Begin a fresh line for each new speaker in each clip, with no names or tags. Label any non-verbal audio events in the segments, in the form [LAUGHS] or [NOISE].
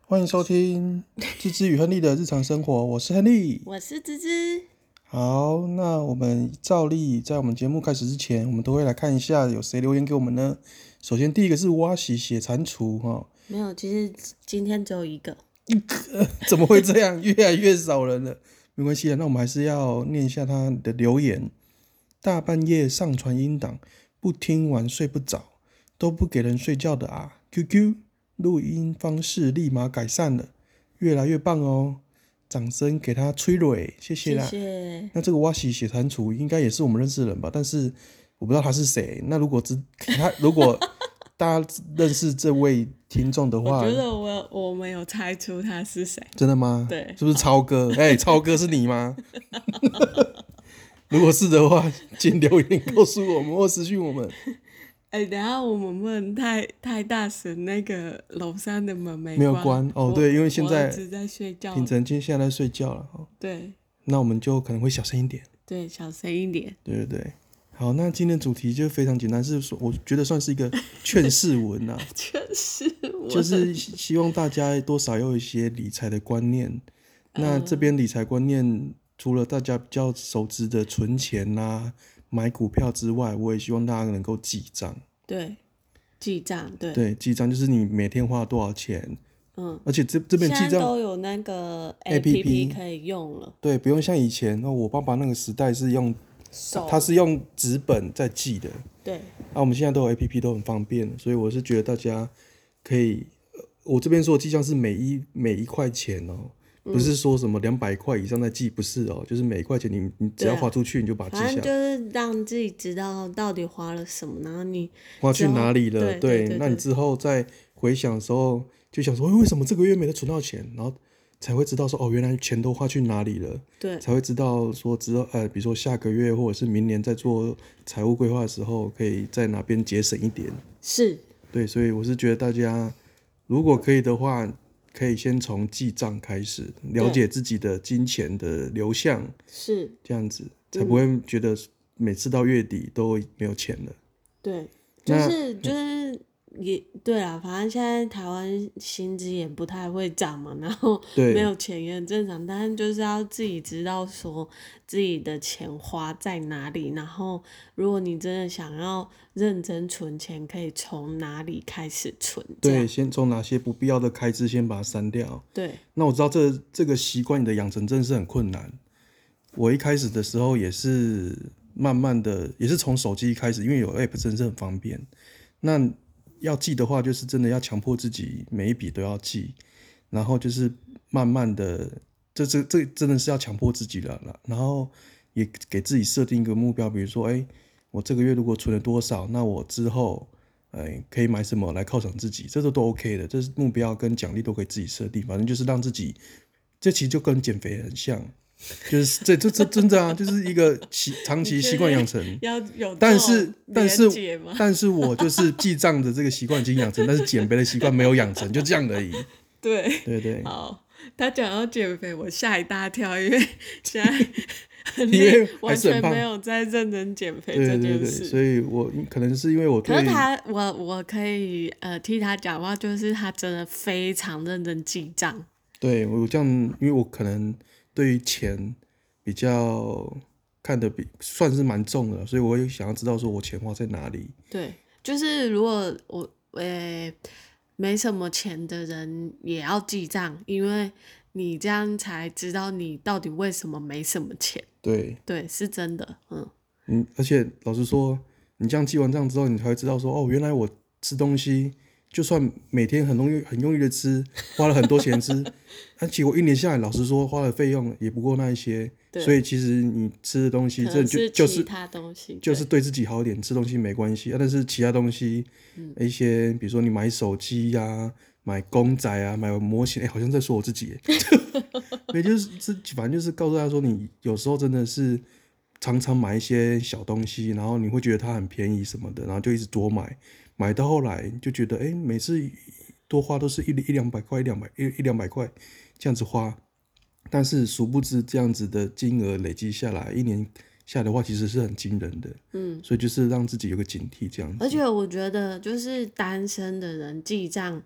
欢迎收听芝芝与亨利的日常生活，我是亨利。
我是芝芝，
好，那我们照例在我们节目开始之前，我们都会来看一下有谁留言给我们呢？首先第一个是挖喜血蟾蜍哈、哦
没有，其实今天只有一个，
[LAUGHS] 怎么会这样？越来越少人了。没关系啊，那我们还是要念一下他的留言。大半夜上传音档，不听完睡不着，都不给人睡觉的啊！QQ 录音方式立马改善了，越来越棒哦！掌声给他吹蕊，谢谢
谢
啦。
谢。
那这个挖喜血蟾蜍应该也是我们认识的人吧？但是我不知道他是谁。那如果知 [LAUGHS] 他如果大家认识这位听众的话，
我觉得我我没有猜出他是谁，
真的吗？
对
是不是超
[LAUGHS]
哥？哎、超哥是你吗？ [LAUGHS] 如果是的话，请留言告诉我们或私讯我们。
哎、等一下我们不能太太大声，那个楼上的门没
没有关哦
我
对因为现
我
在
儿子在睡觉
品，晨今天现在在睡觉了，哦
对
那我们就可能会小声一点，
对，小声一点， [LAUGHS]
对对对。好，那今天的主题就非常简单，是说我觉得算是一
[LAUGHS]
个劝世文啊，
确实我
就是希希望大家多少有一些理财的观念。
嗯
那这边理财观念，除了大家比较熟知的存钱啦、买股票之外，我也希望大家能够记账。
对记账，对，
对，记账就是你每天花多少钱，
嗯，
而且这这边记
现在
账
都有那个
APP
APP 可以用了，
对，不用像以前，那我爸爸那个时代是用，
手
他是用纸本在记的，
对
啊，我们现在都有 A P P，都很方便，所以我是觉得大家可以，呃我这边说的记账是每一每一块钱哦，
嗯
不是说什么两百块以上在记，不是哦，就是每一块钱你你只要
对啊
花出去，你就把它
反
记
正
下，
就是让自己知道到底花了什么，然后你
花去
之后
哪里了，
对对对
那
对
你之后再回想的时候，就想说，哎为什么这个月没有存到钱，然后才会知道说，哦，原来钱都花去哪里了。
对
才会知道说之后，呃，比如说下个月或者是明年在做财务规划的时候，可以在哪边节省一点。
是
对，所以我是觉得大家如果可以的话，可以先从记账开始，了解自己的金钱的流向，
是，
这样子才不会觉得每次到月底都没有钱了。
对，就
那嗯
是就是也对啊，反正现在台湾薪资也不太会涨嘛，然后
对
没有钱也很正常，但是就是要自己知道说自己的钱花在哪里，然后如果你真的想要认真存钱，可以从哪里开始存？这
对，
样
先从哪些不必要的开支先把它删掉。
对
那我知道这这个习惯的养成真的是很困难。我一开始的时候也是慢慢的，也是从手机开始，因为有 app 真的是很方便。那要记的话，就是真的要强迫自己每一笔都要记，然后就是慢慢的，这这这真的是要强迫自己了啦。然后也给自己设定一个目标，比如说，哎、我这个月如果存了多少，那我之后。哎，可以买什么来犒赏自己，这都都 OK 的，这是目标跟奖励都可以自己设定，反正就是让自己，这其实就跟减肥很像，就是这这这真的啊，就是一个习长期习惯养成。
要有这
但是
种
但
哦连
是
结吗 [LAUGHS]
但是我就是记账的这个习惯已经养成，但是减肥的习惯没有养成，就这样而已。
对。
对对，
好，他讲到减肥，我吓一大跳，因为 [LAUGHS] 现在
因为还
完
是很
全
胖
没有在认真减肥
对
这
对对
件
对，
事。
所以我可能是因为我对
可是他，我我可以呃替他讲话，就是他真的非常认真记账，
对我这样，因为我可能对于钱比较看得比算是蛮重的，所以我也想要知道说我钱花在哪里。
对，就是如果我呃、没什么钱的人也要记账，因为你这样才知道你到底为什么没什么钱，
对，
对，是真的，嗯，
嗯，而且老实说，你这样记完账之后，你才会知道说，哦，原来我吃东西，就算每天很用力、很用力的吃，花了很多钱吃， [LAUGHS] 但结果一年下来，老实说，花的费用也不过那一些。
对
所以其实你吃的东西，
可
这
能
就是就
其
是
他东西，
就
对
是对自己好一点，吃东西没关系、啊。但是其他东西，一些比如说你买手机呀、买公仔啊、买模型，哎、好像在说我自己耶。 [LAUGHS] 也就是是，反正就是告诉他说，你有时候真的是常常买一些小东西，然后你会觉得它很便宜什么的，然后就一直多买，买到后来就觉得，哎、每次多花都是一一两百块，一两百一一两百块这样子花。但是殊不知，这样子的金额累积下来，一年下来的话，其实是很惊人的。嗯，所以嗯就是让自己有个警惕，这样子。
而且我觉得，就是单身的人记账，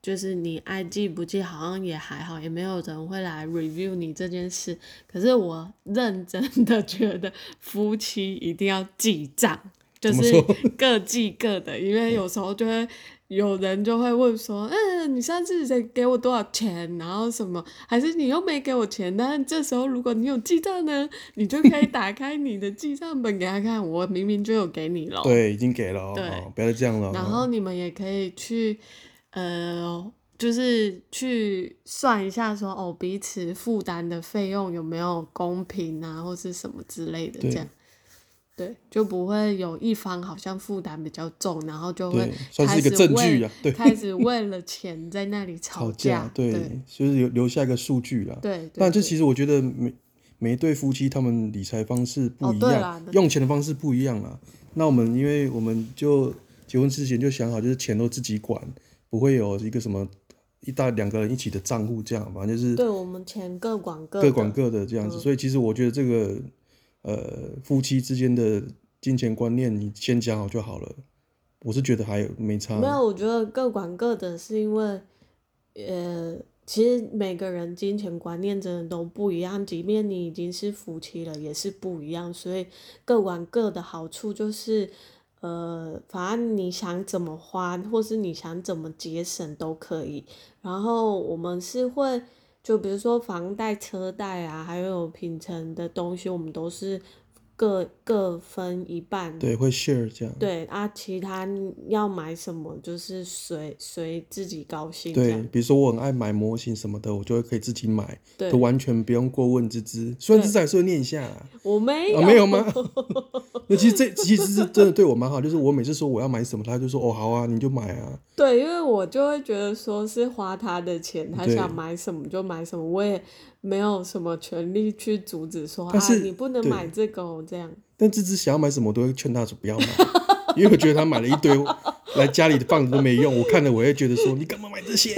就是你爱记不记好像也还好，也没有人会来 review 你这件事。可是我认真的 [LAUGHS] 觉得夫妻一定要记账，就
怎么
是
说
[LAUGHS]
嗯
各记各的，因为有时候就会。有人就会问说，嗯，你上次得给我多少钱，然后什么，还是你又没给我钱？但是这时候如果你有记账呢，你就可以打开你的记账本给他看，我明明就有给你了。
对，已经给了哦，
对
哦不要再这样了哦。
然后你们也可以去，呃，就是去算一下说，哦，彼此负担的费用有没有公平啊，或是什么之类的，
对
这样，对，就不会有一方好像负担比较重，然后就会
对，算是一个
开始
证据
为 [LAUGHS]
啊，对，
开始为了钱在那里吵
[LAUGHS] 吵架，
对
对，就是留留下一个数据啦。
对，啊
但这
对
其实我觉得每每一对夫妻他们理财方式不一
哦对
样
啦，对
用钱的方式不一样啦。那我们因为我们就结婚之前就想好，就是钱都自己管，不会有一个什么一大两个人一起的账户这样，反正就是
对我们钱各管各
各
的
管各的这样子。所以其实我觉得这个呃夫妻之间的金钱观念，你先讲好就好了。我是觉得还有没差，
没有，我觉得各管各的，是因为，呃，其实每个人金钱观念真的都不一样，即便你已经是夫妻了，也是不一样。所以各管各的好处就是，呃，反正你想怎么花，或是你想怎么节省都可以。然后我们是会。就比如说房贷、车贷啊，还有平成的东西，我们都是各各分一半，
对，会 share 这样。
对啊，其他要买什么就是随随自己高兴这
对，
样。
比如说我很爱买模型什么的，我就会可以自己买，
对
都完全不用过问芝芝。虽然芝芝还是会念一下啦，
我没有、
啊，没有吗？ [LAUGHS] 那其实这其实是真的对我蛮好，就是我每次说我要买什么，他就说哦好啊，你就买啊。
对，因为我就会觉得说是花他的钱，他
对
想买什么就买什么，我也没有什么权利去阻止说
但
啊
是
你不能
对
买这个哦这样。
但芝芝想要买什么，我都会劝她说不要买， [LAUGHS] 因为我觉得她买了一堆 [LAUGHS] 来家里放着都没用，我看了我会觉得说你干嘛买这些？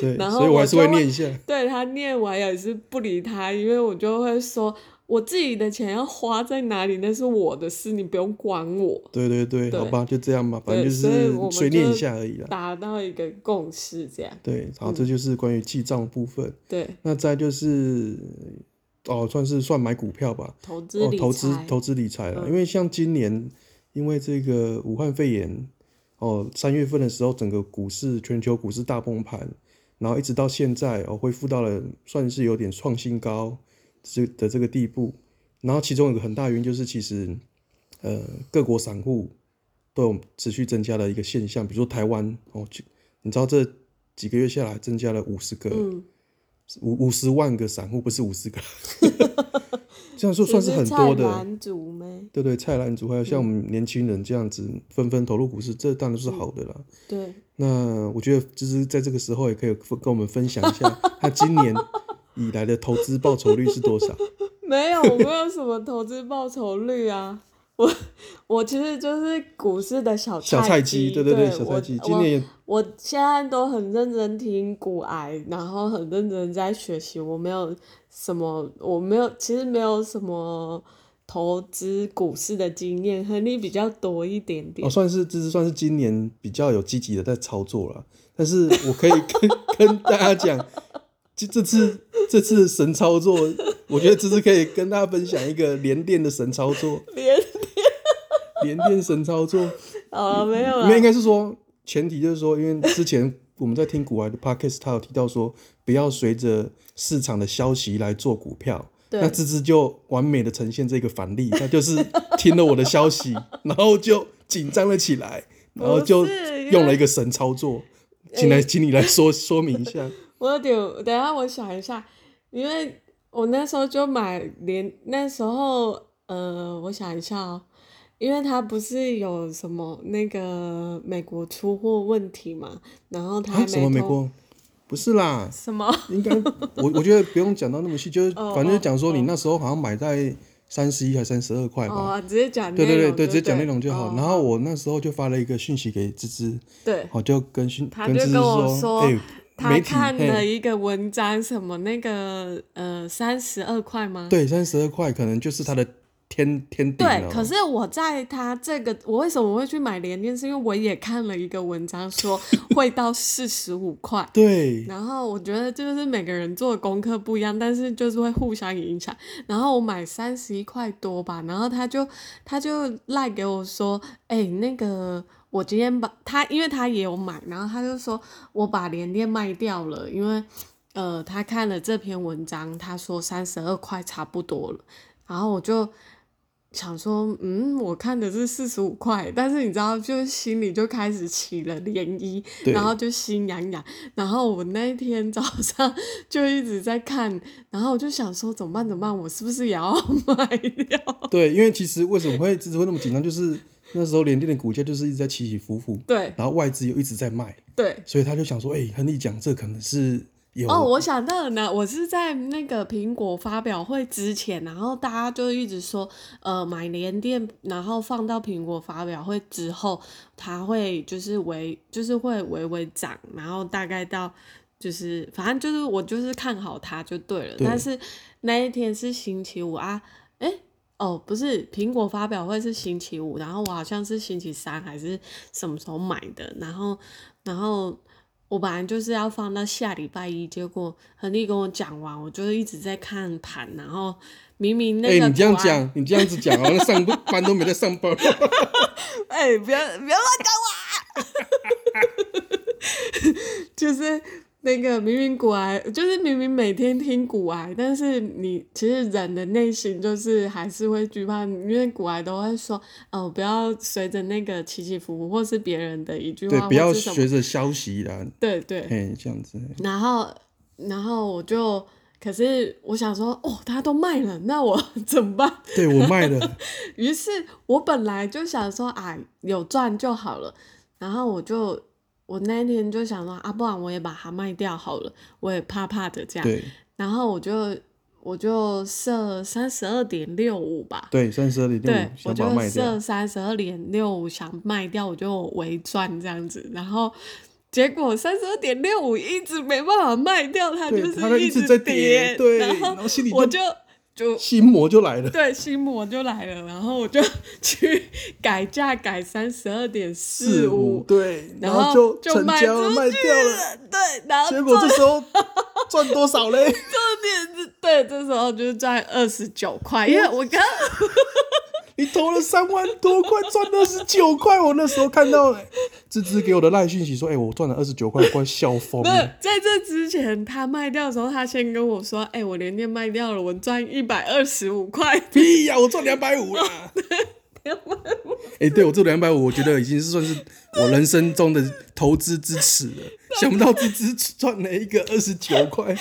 对，
然后
所以我还是会
我就会
念一下。
对他念完也是不理他，因为我就会说我自己的钱要花在哪里那是我的事，你不用管我。
对对对，
对
好吧，就这样吧，反正
对
就
所以
是
我们
随念一
就
下而已啦。
达到一个共识这样，
对，好，这就是关于记账部分。
对，
那再就是哦，算是算买股票吧，
投资
哦，
理财。嗯
投资投资理财了。因为像今年，因为这个武汉肺炎，哦，三月份的时候，整个股市全球股市大崩盘，然后一直到现在哦，恢复到了算是有点创新高这的这个地步。然后其中有个很大原因就是，其实呃，各国散户都有持续增加的一个现象，比如说台湾哦，就你知道这几个月下来增加了五十个。
嗯，
五五十万个散户，不是五十个， [LAUGHS] 这样说算是
只
很
菜
多的。
篮族咩？
对对，菜篮族还有像我们年轻人这样子纷纷投入股市，这当然是好的
嗯
啦。
对，
那我觉得就是在这个时候也可以分跟我们分享一
[LAUGHS]
下他今年以来的投资报酬率是多少。
没有，我没有什么投资报酬率啊。我我其实就是股市的小
小菜
鸡，
鸡，对
对
对，小菜鸡，
我
今年也
我我现在都很认真听股癌，然后很认真在学习。我没有什么，我没有，其实没有什么投资股市的经验，和你比较多一点点。
哦，算是这是算是今年比较有积极的在操作了。但是我可以跟 [LAUGHS] 跟大家讲，这这次这次神操作，我觉得这次可以跟大家分享一个连电的神操作，
[LAUGHS] 连
连电神操作，
啊、没有
因为应
啦，
该是说前提就是说，因为之前我们在听古玩的 podcast，他有提到说不要随着市场的消息来做股票。
对
那芝芝就完美的呈现这个反例，他就是听了我的消息，然后就紧张了起来，然后就
不是因为哎
用了一个神操作，请来，请你来说说明一下。
我有点，等一下我想一下，因为我那时候就买连那时候，呃，我想一下哦，因为它不是有什么那个美国出货问题嘛，然后它
啊，什么
没
美
通
国？不是啦，
什么
应该我我觉得不用讲到那么细，就是
哦
反正就讲说你那时候好像买在三十一还三十二块吧。
哦，直接讲
对对
内
对
容
对，
就
直接讲内容就
哦
好。然后我那时候就发了一个讯息给芝芝，
对，
我就跟讯
他
跟
就
芝芝
跟我说
哎，
他
媒体
看
嘿
了一个文章，什么那个呃三十二块吗？
对，三十二块可能就是它的天天顶
对
了。，
可是我在他这个，我为什么会去买联电？是因为我也看了一个文章说会到四十五块，
对
然后我觉得就是每个人做的功课不一样，但是就是会互相影响。然后我买三十一块多吧，然后他就他就赖给我说，哎、那个我今天把他，因为他也有买，然后他就说我把连店卖掉了，因为呃他看了这篇文章，他说三十二块差不多了，然后我就。想说，嗯，我看的是四十五块，但是你知道，就心里就开始起了涟漪，
对
然后就心痒痒。然后我那一天早上 [LAUGHS] 就一直在看，然后我就想说怎么办怎么办，我是不是也要卖掉？ [LAUGHS]
对，因为其实为什么会支持会那么紧张，就是那时候联电的股价就是一直在起起伏伏，
对
然后外资又一直在卖，
对。
所以他就想说，哎、亨利讲这可能是有
哦，我想到了呢，我是在那个苹果发表会之前，然后大家就一直说，呃，买联电，然后放到苹果发表会之后，它会就是微，就是会微微涨，然后大概到就是反正就是我就是看好它就对了。
对
但是那一天是星期五啊，诶，哦，不是，苹果发表会是星期五，然后我好像是星期三还是什么时候买的，然后然后我本来就是要放到下礼拜一，结果恒力跟我讲完，我就是一直在看盘，然后明明
哎、
那个、
你这样，讲，你这样子讲，好像上班 [LAUGHS] 都没在上班。
哎、不要不要乱搞我， [LAUGHS] 就是那个明明骨癌，就是明明每天听骨癌，但是你其实人的内心就是还是会惧怕，因为骨癌都会说，哦、不要随着那个起起伏伏，或是别人的一句
对
[LAUGHS] 话，，
不要
或是什么
学，着消息啦，
对对，
嘿，这样子。嘿
然后，然后我就，可是我想说，哦，他都卖了，那我 [LAUGHS] 怎么办？
对我卖了，
于是我本来就想说，啊，有赚就好了。然后我就，我那一天就想说，啊，不然我也把它卖掉好了，我也怕怕的这样。
对
然后我就，我就设三十二点六五吧。
对，三十二点
对
六，，想把它
我就
卖掉
设。三十二点六五想卖掉，我就微赚这样子，然后结果三十二点六五一直没办法卖掉，它
对
就
它就是一直
直
在跌
跌，
对
然
然后心里
我
就
就就
心魔就来了。
对心魔就来了，然后我就 [LAUGHS] 去改价改三十二点四
五
五，
对，
然
后
就
就成
卖
交
出
了，卖
去
掉了。
了，对，然后
结果这时候赚多少嘞？
重点是对，这时候就是赚二十九块，因为我刚。
你投了三万多块，赚二十九块。我那时候看到哎芝芝给我的赖讯息说：“哎、我赚了二十九块，我快笑疯
[LAUGHS] 不是
了。
在这之前，他卖掉的时候，他先跟我说：“哎、我连店卖掉了，我赚一百二十五块。””
屁呀、我赚两百五
[LAUGHS]
啦！哎、对我这两百五，我觉得已经是算是我人生中的投资支持
[LAUGHS]
了。想不到芝芝赚了一个二十九块，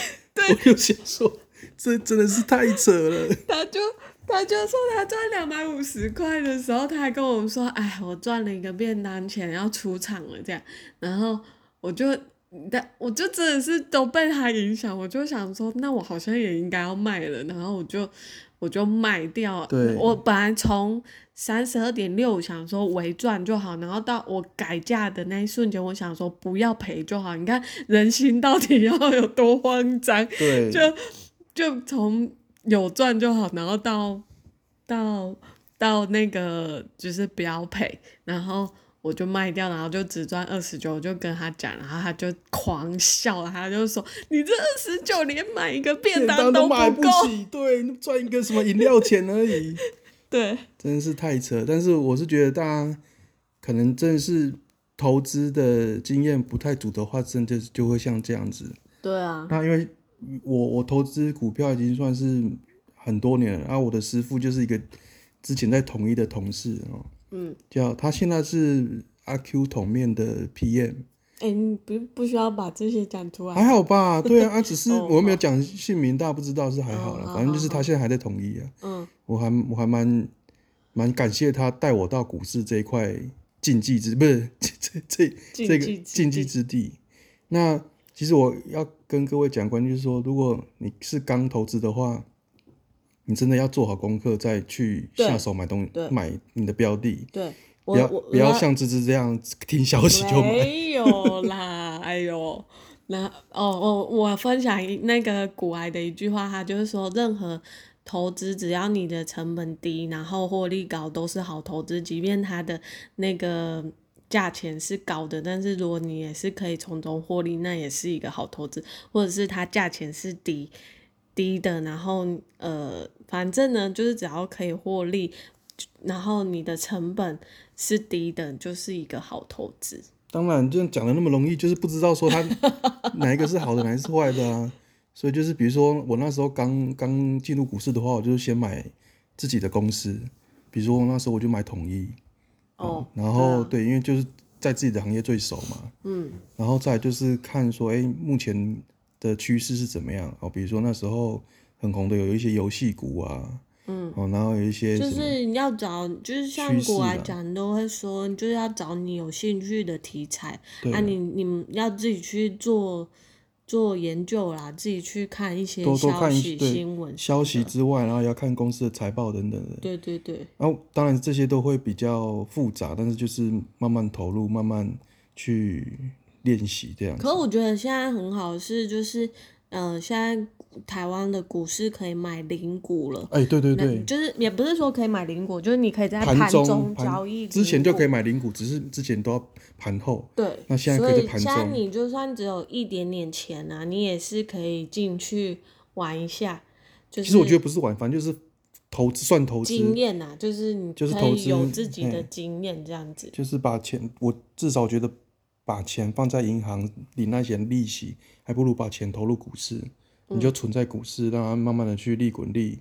我就想说，这真的是太扯了。 [LAUGHS]
他就他就说哎他赚两百五十块的时候，他还跟我说：“哎，我赚了一个便当钱，要出场了。”这样，然后我就。但我就真的是都被他影响，我就想说，那我好像也应该要卖了，然后我就我就卖掉。
对
我本来从三十二点六想说微赚就好，然后到我改价的那一瞬间，我想说不要赔就好。你看人心到底要有多慌张？
对
就就从有赚就好，然后到到到那个就是不要赔，然后我就卖掉，然后就只赚二十九，我就跟他讲，然后他就狂笑，他就说你这二十九连买一个便当
都买
不
不
够，
起，对，赚一个什么饮料钱而已。
对
真的是太扯。但是我是觉得大家可能真的是投资的经验不太足的话，真的就会像这样子。
对啊，
那因为我我投资股票已经算是很多年了，然后我的师傅就是一个之前在统一的同事哦，
嗯，
叫他现在是阿 Q 桶面的 PM，
哎、你不不需要把这些讲出来，
还好吧？对啊，啊只是
[LAUGHS] 哦
我又没有讲姓名，大家不知道是还好
哦
了，
好
反正就是
好
他现在还在统一啊。
嗯
我还我还蛮蛮感谢他带我到股市这一块禁忌之不是这这这
禁
这
忌
个
之
禁忌
地
之地。那其实我要跟各位讲关键就是说，如果你是刚投资的话，你真的要做好功课再去
对
下手买东
对
买你的标的，
对
不要不要像芝芝这样听消息就买。
没有啦，哎呦，那哦哦，我分享一那个古埃的一句话，他就是说，任何投资只要你的成本低，然后获利高，都是好投资。即便它的那个价钱是高的，但是如果你也是可以从中获利，那也是一个好投资。或者是它价钱是低低的，然后呃，反正呢，就是只要可以获利，然后你的成本是低的，就是一个好投资。
当然，就讲的那么容易，就是不知道说
[LAUGHS]
它哪一个是好的，哪一个是坏的啊。所以就是，比如说我那时候刚刚进入股市的话，我就先买自己的公司，比如说我那时候我就买统一，
哦，
然后对，因为就是在自己的行业最熟嘛，
嗯，
然后再来就是看说，哎，目前的趋势是怎么样哦？比如说那时候很红的有一些游戏股啊，嗯，哦，然后有一些什
就
么
是你要找，就是像
趋势
古来
啦
讲都会说，你就是要找你有兴趣的题材，
对
啊你，你要自己去做做研究啦，自己去看一些
多多
消
看
息
对
新闻，
消息，之外，然后也要看公司的财报等等的。
对对对，
然后哦当然这些都会比较复杂，但是就是慢慢投入，慢慢去练习这样子。
可我觉得现在很好是就是，嗯、呃，现在台湾的股市可以买零股了。
哎，对对
那
对，
就是也不是说可以买零股，就是你可以在
盘
中
中盘
交易零股，
之前就可以买零股，只是之前都要盘后。
对，
那现在
所
可以
以
在盘
现在
中
你就算只有一点点钱啊，你也是可以进去玩一下，就
其实我觉得
是
不是玩，反正就是投资算投
经
资，
验啊，就是你
就是
可
投
以
资
有自己的
嘿
经验这样子。
就是把钱，我至少觉得把钱放在银行领那些利息，还不如把钱投入股市，
嗯
你就存在股市，让它慢慢的去利滚利，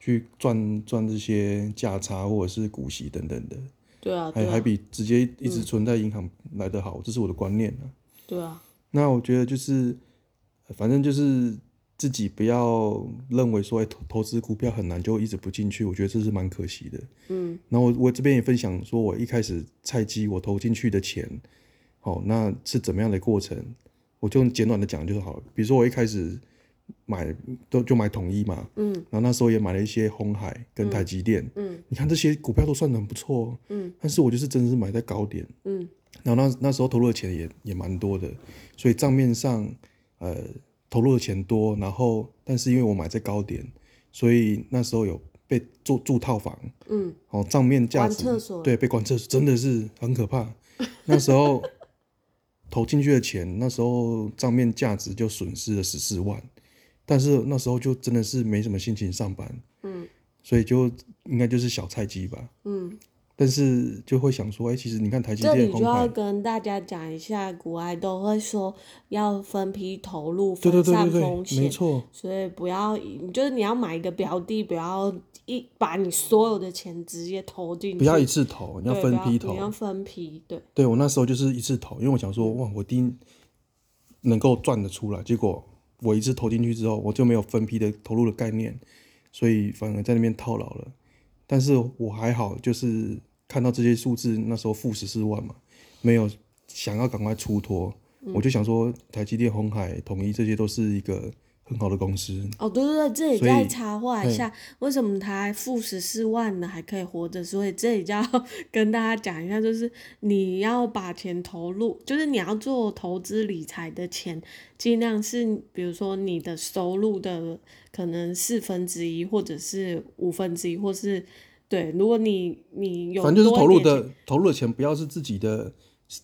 去赚赚这些价差或者是股息等等的。
对啊，
还
对
还
啊，
比直接一直存在银行来得好，这是我的观念啊。
对啊，
那我觉得就是，呃反正就是自己不要认为说，哎、投投资股票很难，就一直不进去，我觉得这是蛮可惜的。
嗯，
然后我我这边也分享说，我一开始菜鸡我投进去的钱，哦，那是怎么样的过程？我就简短的讲就好了。比如说我一开始买都就买统一嘛，
嗯，
然后那时候也买了一些红海跟台积电，
嗯，
你看这些股票都算的很不错、哦，
嗯，
但是我就是真的是买在高点，
嗯，
然后那那时候投入的钱也也蛮多的，所以账面上呃投入的钱多，然后但是因为我买在高点，所以那时候有被住住套房，
嗯，
哦账面价
关
值
厕所
对被关厕所真的是很可怕，那时候投进去的钱，那时候账面价值就损失了十四万，但是那时候就真的是没什么心情上班，
嗯，
所以就应该就是小菜鸡吧。
嗯，
但是就会想说，哎、其实你看台积
这
电、
里就
红
要
海，
跟大家讲一下，古外都会说要分批投入，
对对
分
对
散
对
风
对，没
险，
错，
所以不要一，就是你要买一个标的，不要一把你所有的钱直接投进去，
不要一次投，你要
对
分
不
批
你要
投。
分批，对，
对我那时候就是一次投，因为我想说，哇，我一定能够赚得出来。结果我一次投进去之后，我就没有分批的投入的概念，所以反而在那边套牢了。但是我还好，就是看到这些数字，那时候负十四万嘛，没有想要赶快出脱。
嗯
我就想说，台积电、红海、统一这些都是一个很好的公司，
哦，对对对，这里
所
再
以
插话一
嘿
下，为什么他负十四万呢还可以活着？所以这里就要 [LAUGHS] 跟大家讲一下，就是你要把钱投入，就是你要做投资理财的钱，尽量是比如说你的收入的可能四分之一，或者是五分之一，或是对，如果你你有
反正就是
多
投
一
入
点
的投入的钱不要是自己的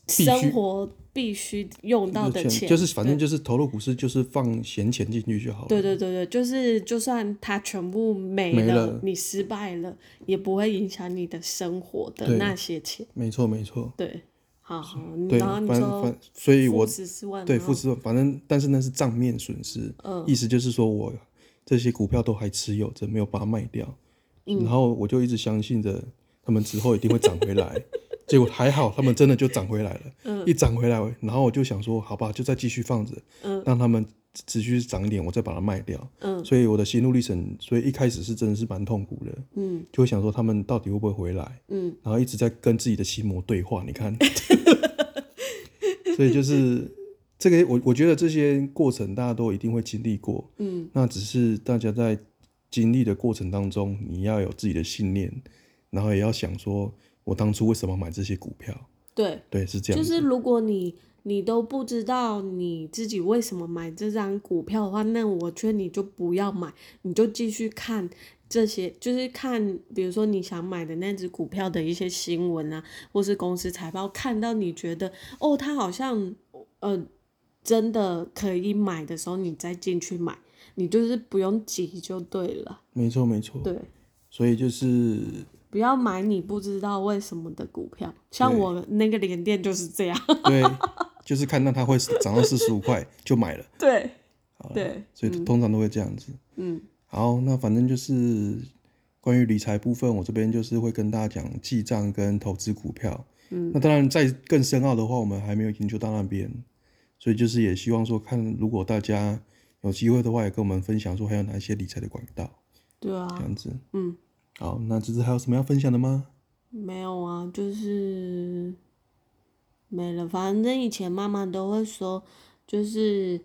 必
生
须
活必须用到的钱，
就是反正
对
就是投入股市，就是放闲钱进去就好了。
对对对对，就是就算它全部没
没
了，
了
你失败了，也不会影响你的生活的
对
那些钱。
没错没错，
对，好好，
对，
然后
反
你
正
说
反所以我
负十四万，嗯
对
然
负
后
十万，反正但是那是账面损失，意思就是说我这些股票都还持有着，没有把它卖掉，
嗯
然后我就一直相信着他们之后一定会涨回来， [LAUGHS] 结果还好他们真的就涨回来了，
嗯
一涨回来，然后我就想说好吧，就再继续放着，
嗯
让他们持续涨一点，我再把它卖掉，所以我的心路历程，所以一开始是真的是蛮痛苦的，
嗯
就会想说他们到底会不会回来，
嗯，
然后一直在跟自己的心魔对话，你看， [LAUGHS] 所以就是这个，我我觉得这些过程大家都一定会经历过，
嗯，
那只是大家在经历的过程当中，你要有自己的信念，然后也要想说，我当初为什么买这些股票？
对，
对，是这样
就
子，
是如果你你都不知道你自己为什么买这张股票的话，那我劝你就不要买，你就继续看这些，就是看，比如说你想买的那只股票的一些新闻啊，或是公司财报，看到你觉得哦，它好像呃真的可以买的时候，你再进去买，你就是不用急就对了。
没错没错，
对，
所以就是
不要买你不知道为什么的股票，像
对
我那个联电就是这样。 [LAUGHS]
对， [LAUGHS] 就是看到它会涨到四十五块就买了，
对，对，
所以通常都会这样子。
嗯，
好，那反正就是关于理财部分，我这边就是会跟大家讲记账跟投资股票。嗯，那当然再更深奥的话，我们还没有研究到那边，所以就是也希望说看，如果大家有机会的话，也跟我们分享说还有哪一些理财的管道
对
这
啊，
样子。
嗯，
好，那这次还有什么要分享的吗？
没有啊，就是没了。反正以前妈妈都会说，就是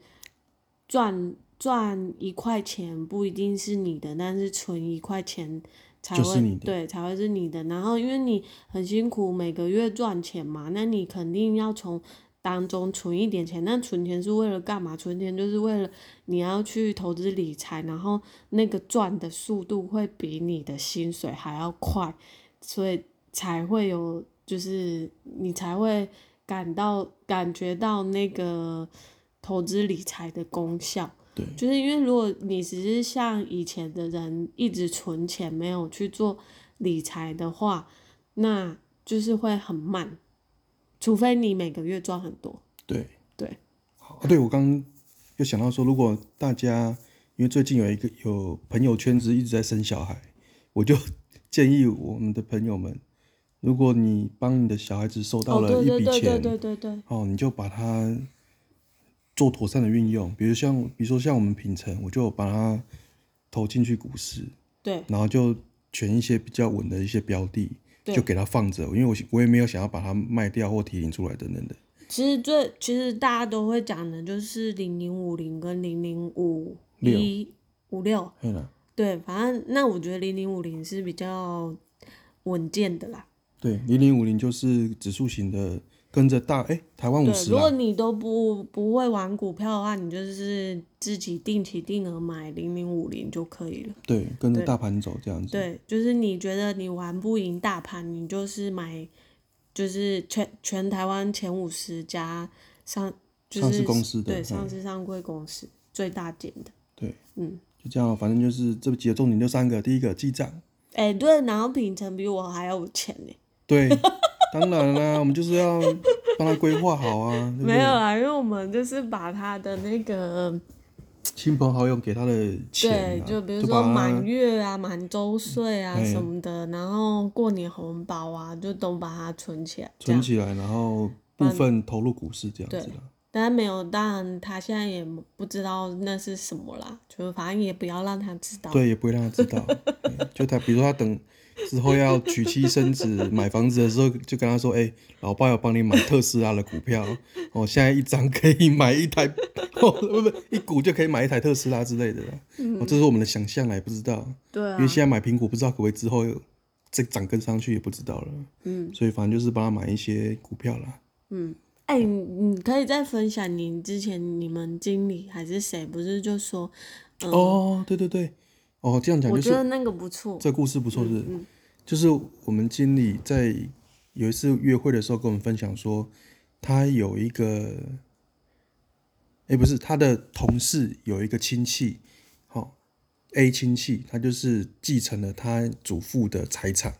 赚赚一块钱不一定是你的，但是存一块钱才会、
就是你的
对才会是你的。然后因为你很辛苦，每个月赚钱嘛，那你肯定要从。当中存一点钱，那存钱是为了干嘛？存钱就是为了你要去投资理财，然后那个赚的速度会比你的薪水还要快，所以才会有，就是你才会感到感觉到那个投资理财的功效。
对，
就是因为如果你只是像以前的人一直存钱，没有去做理财的话，那就是会很慢，除非你每个月赚很多。
对
对，
好，对我刚刚又想到说，如果大家因为最近有一个有朋友圈子一直在生小孩，我就 [LAUGHS] 建议我们的朋友们，如果你帮你的小孩子收到
哦，
了
对
一
对
笔
对对
钱，
对对对，
哦，你就把它做妥善的运用，比如像比如说像我们品城，我就把它投进去股市，
对
然后就选一些比较稳的一些标的，
对
就给它放着，因为我我也没有想要把它卖掉或提领出来等等的。
其实最其实大家都会讲的就是零零五零跟零零五一五六，
对了，
对，反正那我觉得零零五零是比较稳健的啦。
对，零零五零就是指数型的，跟着大哎、台湾五
对，
十
如果
啦，
你都不不会玩股票的话，你就是自己定期定额买零零五零就可以了。
对，跟着
对
大盘走这样子。
对，就是你觉得你玩不赢大盘，你就是买，就是全全台湾前五十家上就是
上市公司的
对
嗯
上市上柜公司最大件的。
对，
嗯，
就这样，反正就是这几个重点就三个，第一个记账，
哎、对，然后品成比我还要有钱呢、
对，当然啦、我们就是要帮他规划好啊，对不
没有
对？
啊，因为我们就是把他的那个
亲朋好友给他的钱、
对
啊，，
就比如
把
说
它
满月啊、满周岁啊
哎
什么的，然后过年红包啊，就都把它存起来。这
存
样，
起来，然后部分投入股市这样子啦。
但没有，当然他现在也不知道那是什么啦，就是反正也不要让他知道。
对，也不会让他知
[LAUGHS]
道。对就他，比如说他等之后要娶妻生子、买房子的时候，就跟他说：“哎、老爸要帮你买特斯拉的股票，哦，现在一张可以买一台， [LAUGHS] 哦，不不，一股就可以买一台特斯拉之类的啦。
嗯
哦，这是我们的想象啦，也不知道，
对
因
啊
为，现在买苹果不知道可不可以之后再涨跟上去也不知道了。
嗯，
所以反正就是帮他买一些股票啦。
哎、你你可以再分享你之前你们经理还是谁，不是就说，嗯，
哦，对对对，哦，这样讲
我
就
觉
是
得那个不错。嗯
这故事不错，是不是、就是我们经理在有一次约会的时候跟我们分享说，他有一个，哎，不是他的同事有一个亲戚，好、a 亲戚，他就是继承了他祖父的财产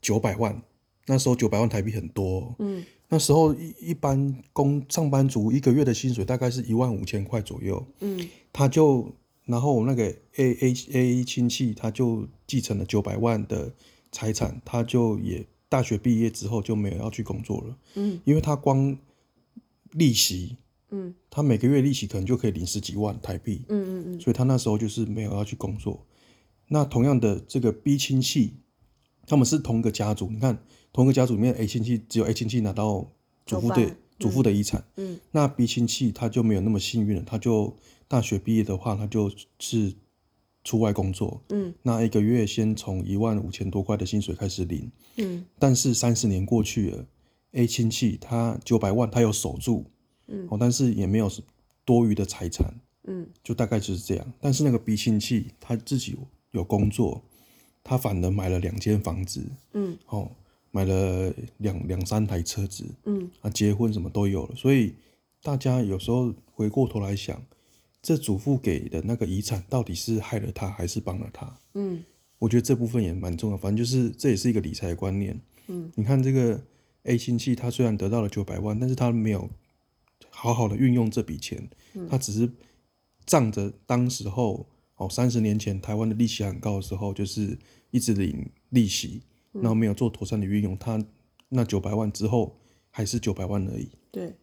九百万，那时候九百万台币很多哦、
嗯，
那时候一一般工上班族一个月的薪水大概是一万五千块左右，
嗯，
他就然后我那个 A A A 亲戚他就继承了九百万的财产，他就也大学毕业之后就没有要去工作了，
嗯，
因为他光利息，
嗯，
他每个月利息可能就可以领十几万台币，
嗯嗯嗯，
所以他那时候就是没有要去工作。那同样的，这个 B 亲戚，他们是同个家族，你看同个家族里面 A 亲戚只有 A 亲戚拿到祖父
多
的
半
祖父的遗产，
嗯，
那 B 亲戚他就没有那么幸运了，他就大学毕业的话，他就是出外工作，
嗯，
那一个月先从一万五千多块的薪水开始领，
嗯，
但是三十年过去了，A 亲戚他九百万他有守住，嗯，哦，但是也没有多余的财产，
嗯，
就大概就是这样。但是那个 B 亲戚他自己有工作，他反而买了两间房子，
嗯，
哦，买了两两三台车子，
嗯，
啊，结婚什么都有了，所以大家有时候回过头来想，这祖父给的那个遗产到底是害了他还是帮了他？
嗯
我觉得这部分也蛮重要，反正就是这也是一个理财观念。
嗯，
你看这个 A 亲戚，他虽然得到了九百万，但是他没有好好的运用这笔钱，
嗯
他只是仗着当时候哦三十年前台湾的利息很高的时候，就是一直领利息，
嗯
然后没有做妥善的运用，他那九百万之后还是九百万而已。
对，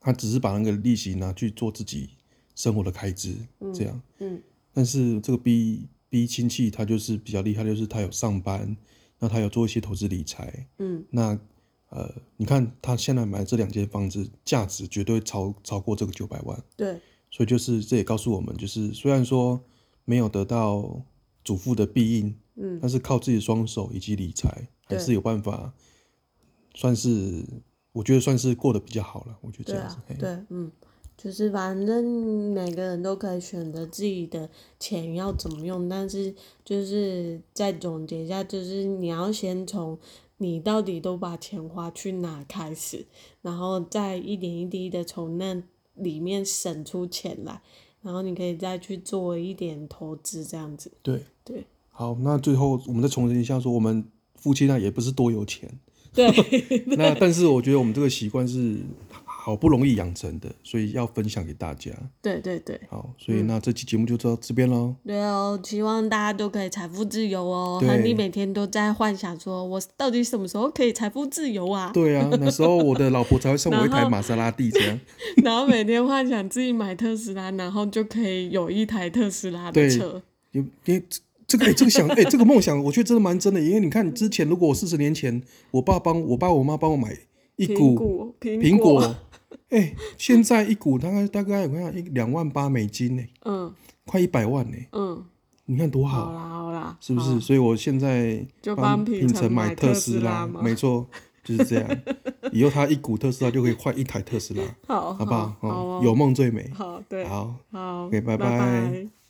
他只是把那个利息拿去做自己生活的开支，这样。
嗯
但是这个 B B 亲戚他就是比较厉害，就是他有上班，那他有做一些投资理财，
嗯
那呃，你看他现在买这两间房子，价值绝对超超过这个九百万，
对，
所以就是这也告诉我们，就是虽然说没有得到祖父的庇荫，
嗯
但是靠自己的双手以及理财，还
对
是有办法，算是我觉得算是过得比较好了，我觉得
对
这样子
啊，，
嘿
对，嗯，就是反正每个人都可以选择自己的钱要怎么用，但是就是再总结一下，就是你要先从你到底都把钱花去哪开始，然后再一点一滴的从那里面省出钱来，然后你可以再去做一点投资，这样子，
对
对。 [LAUGHS]
好，那最后我们再重申一下说我们夫妻呢也不是多有钱。
对
[LAUGHS] 那但是我觉得我们这个习惯是好不容易养成的，所以要分享给大家。
对对对。
好，所
嗯
以那这期节目就到这边喽。
对哦，希望大家都可以财富自由哦。
对
亨利每天都在幻想说，我到底什么时候可以财富自由啊？
对啊，那时候我的老婆才会送我一
然
台
后
玛莎拉蒂，这样
然后每天幻想自己买特斯拉，然后就可以有一台特斯拉的
对
车。
有因为这个哎、这个想哎、这个梦想，我觉得真的蛮真的。因为你看之前，如果我四十年前，我爸帮我爸我妈帮我买一
苹
股
果，苹
苹果，哎、现在一股大概大概我看一两万八美金呢、
嗯
快一百万呢、
嗯，
你看多
好
好，
啦好啦，
是不
好
是？
啦？
所以我现在
就
帮
帮
品
品
城
城
买
买
特
特
斯
斯
拉，
拉吗
[LAUGHS] 没错，就是这样。以后他一股特斯拉就可以换一台特斯拉，
[LAUGHS] 好，
好不好？
好
哦
哦，
有梦最美。
好对，
好，
好，
OK，拜
拜
拜
拜